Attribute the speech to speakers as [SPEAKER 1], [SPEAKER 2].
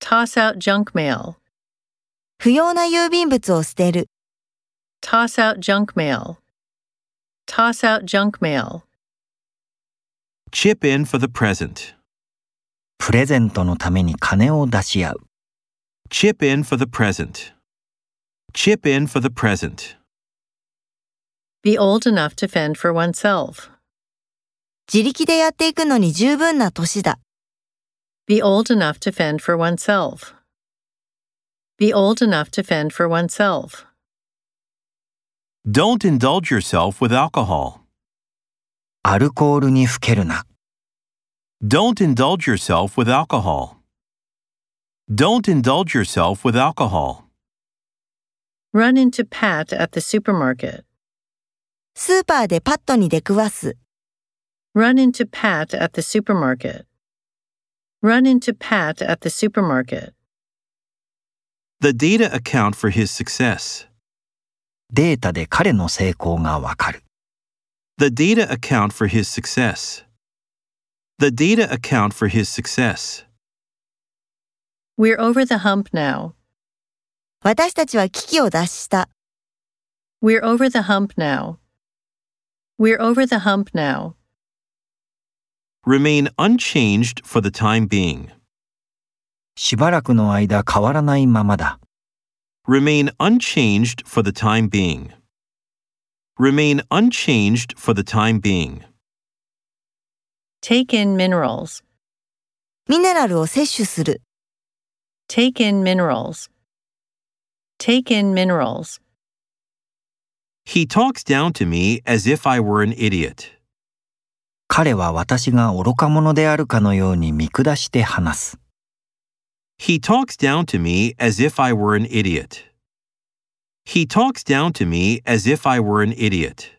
[SPEAKER 1] Toss out junk mail.
[SPEAKER 2] 不要な郵便物を捨てる。
[SPEAKER 1] Toss out junk mail. Toss out junk mail.
[SPEAKER 3] Chip in for the present.
[SPEAKER 4] プレゼントのために金を出し合う。
[SPEAKER 3] Chip in for the present. Chip in for the present.
[SPEAKER 1] Be old enough to fend for oneself.
[SPEAKER 2] 自力でやっていくのに十分な年だ。
[SPEAKER 1] Be old enough to fend for oneself. Be old enough to fend for oneself.
[SPEAKER 3] Don't indulge yourself with alcohol.
[SPEAKER 4] アルコールにふけるな。
[SPEAKER 3] Don't indulge yourself with alcohol. Don't indulge yourself with alcohol.
[SPEAKER 1] Run into Pat at the supermarket.
[SPEAKER 2] スーパーでパッとに出くわす。
[SPEAKER 1] Run into Pat at the supermarket. Run into Pat at the supermarket.
[SPEAKER 3] The data account for his success.
[SPEAKER 4] データで彼の成功がわかる。
[SPEAKER 3] The data account for his success. The data account for his success.
[SPEAKER 1] We're over the hump now.
[SPEAKER 2] 私たちは危機を脱した。
[SPEAKER 1] We're over the hump now. We're over the hump now.
[SPEAKER 3] Remain unchanged for the time being.
[SPEAKER 4] しばらくの間変わらないままだ。
[SPEAKER 3] Remain unchanged for the time being. Remain unchanged for the time being.
[SPEAKER 1] Take in minerals.
[SPEAKER 2] ミネラルを摂取する。
[SPEAKER 1] Take in minerals. Take in minerals.
[SPEAKER 3] He talks down to me as if I were an idiot.
[SPEAKER 4] 彼は私が愚か者であるかのように見下して話す。
[SPEAKER 3] He talks down to me as if I were an idiot. He talks down to me as if I were an idiot.